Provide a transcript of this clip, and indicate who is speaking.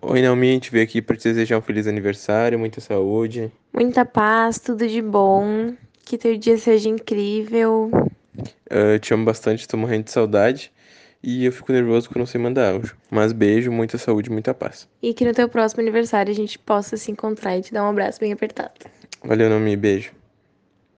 Speaker 1: Oi, Naomi, a gente veio aqui para te desejar um feliz aniversário, muita saúde.
Speaker 2: Muita paz, tudo de bom. Que teu dia seja incrível.
Speaker 1: Ah, eu te amo bastante, tô morrendo de saudade. E eu fico nervoso que eu não sei mandar áudio. Mas beijo, muita saúde, muita paz.
Speaker 2: E que no teu próximo aniversário a gente possa se encontrar e te dar um abraço bem apertado.
Speaker 1: Valeu, Naomi, beijo.